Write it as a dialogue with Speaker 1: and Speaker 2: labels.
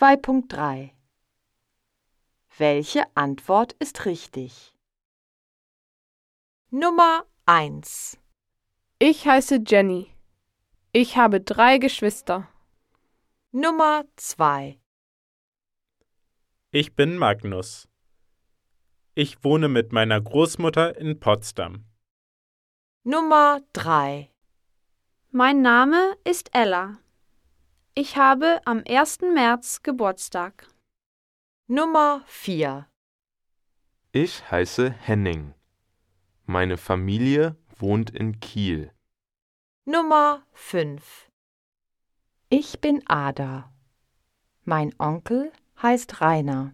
Speaker 1: 2.3 Welche Antwort ist richtig? Nummer 1
Speaker 2: Ich heiße Jenny. Ich habe drei Geschwister.
Speaker 1: Nummer 2
Speaker 3: Ich bin Magnus. Ich wohne mit meiner Großmutter in Potsdam.
Speaker 1: Nummer 3
Speaker 4: Mein Name ist Ella. Ich habe am 1. März Geburtstag.
Speaker 1: Nummer 4
Speaker 5: Ich heiße Henning. Meine Familie wohnt in Kiel.
Speaker 1: Nummer 5 Ich bin Ada. Mein Onkel heißt Rainer.